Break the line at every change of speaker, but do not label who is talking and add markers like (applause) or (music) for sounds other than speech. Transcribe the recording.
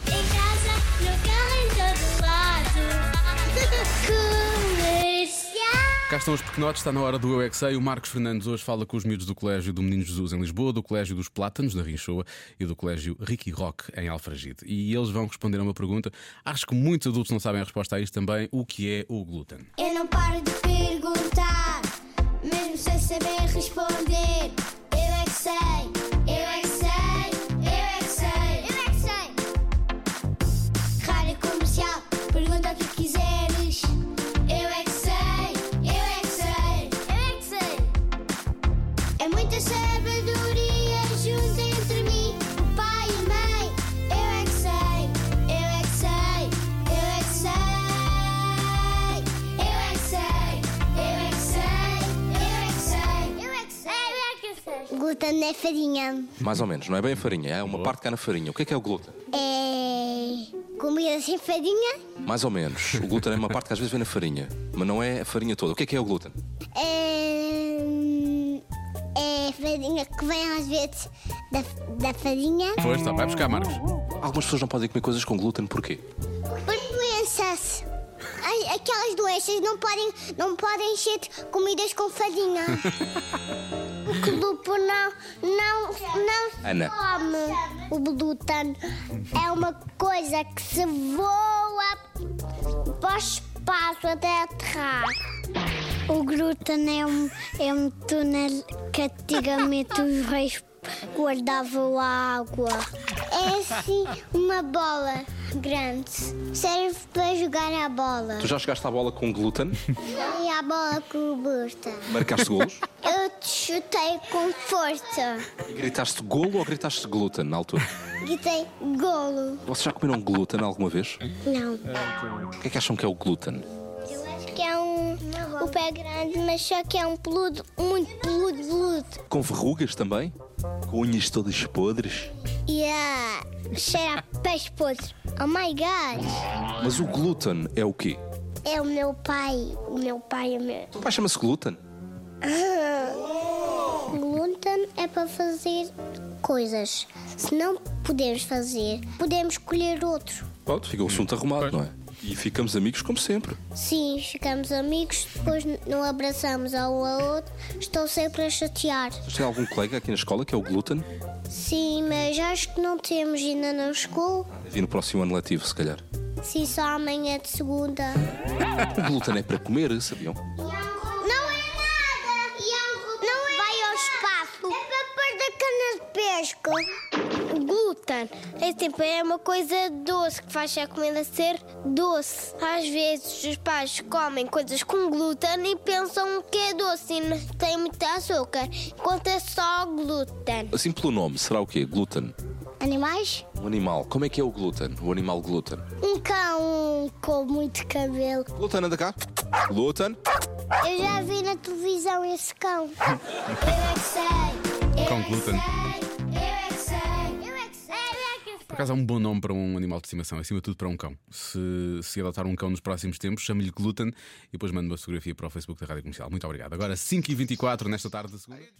(laughs)
Cá estão os pequenotes, está na hora do Eu é Que Sei. O Marcos Fernandes hoje fala com os miúdos do Colégio do Menino Jesus em Lisboa, do Colégio dos Plátanos na Rinchoa e do Colégio Ricky Rock em Alfragide. E eles vão responder a uma pergunta. Acho que muitos adultos não sabem a resposta a isto também: o que é o glúten?
Eu não paro de perguntar, mesmo sem saber responder. Eu é que sei, eu é que sei, eu é que sei, eu é que sei. Rádio comercial, pergunta o que quiseres. Eu é que sei, eu é que sei, eu é que sei. É muita sabedoria junto entre mim, o pai e a mãe. Eu é que sei, eu é que sei, eu é que sei. Eu é que sei, eu é que sei, eu é que sei. Eu é que sei, eu é que sei. Glúten é farinha.
Mais ou menos, não é bem a farinha, é uma parte que há na farinha. O que é que é o glúten?
É comida sem farinha.
Mais ou menos. O glúten é uma parte que às vezes vem na farinha, mas não é a farinha toda. O que é que é o glúten?
É, é farinha que vem às vezes da, da farinha.
Pois está, vai buscar, Marcos.
Algumas pessoas não podem comer coisas com glúten, porquê?
Por doenças. Ai, Aquelas doenças não podem, não podem ser comidas com farinha. o que lupo não, não, não se
Ana.
come. O glúten é uma coisa que se voa para o espaço até aterrar. O glúten é um, é um túnel que antigamente os reis guardavam a água. É assim uma bola grande. Serve para jogar a bola.
Tu já chegaste à bola com glúten,
E a bola com o glúten.
marcaste golos,
Eu te chutei com força.
e gritaste golo ou gritaste glúten na altura?
Gritei golo.
Vocês já comeram glúten alguma vez?
Não.
O que é que acham que é o glúten?
Eu acho que é um. O pé grande, mas só que é um peludo, muito peludo, peludo.
Com verrugas também? Com unhas todas podres?
E a cheira a peixe podre. Oh my god!
Mas o glúten é o quê?
É o meu pai, o meu pai, o meu.
O pai chama-se glúten.
Glúten é para fazer coisas. Se não podemos fazer, podemos escolher outro.
Pronto, fica o assunto arrumado, não é? E ficamos amigos como sempre.
Sim, ficamos amigos, depois não abraçamos a um ao outro, estou sempre a chatear.
Vocês têm algum colega aqui na escola que é o glúten?
Sim, mas acho que não temos ainda na escola.
Vim no próximo ano letivo, se calhar.
Sim, só amanhã de segunda.
O glúten é para comer, sabiam?
Não é nada! não é Vai ao espaço! É para pôr da cana de pesca. Glúten. É tipo, é uma coisa doce que faz a comida ser doce. Às vezes os pais comem coisas com glúten e pensam que é doce e não tem muito açúcar, enquanto é só glúten.
Assim pelo nome, será o quê? Glúten.
Animais?
Um animal. Como é que é o glúten? O animal glúten.
Um cão com muito cabelo.
Glúten, anda cá. Glúten.
Eu já vi na televisão esse cão. Eu é que sei.
Com é que glúten.
Eu é que sei. Eu é que sei. Eu é que
Por acaso há um bom nome para um animal de estimação, acima de tudo para um cão. Se, se adotar um cão nos próximos tempos, chame-lhe glúten e depois mando uma fotografia para o Facebook da Rádio Comercial. Muito obrigado. Agora 5h24 nesta tarde da segunda.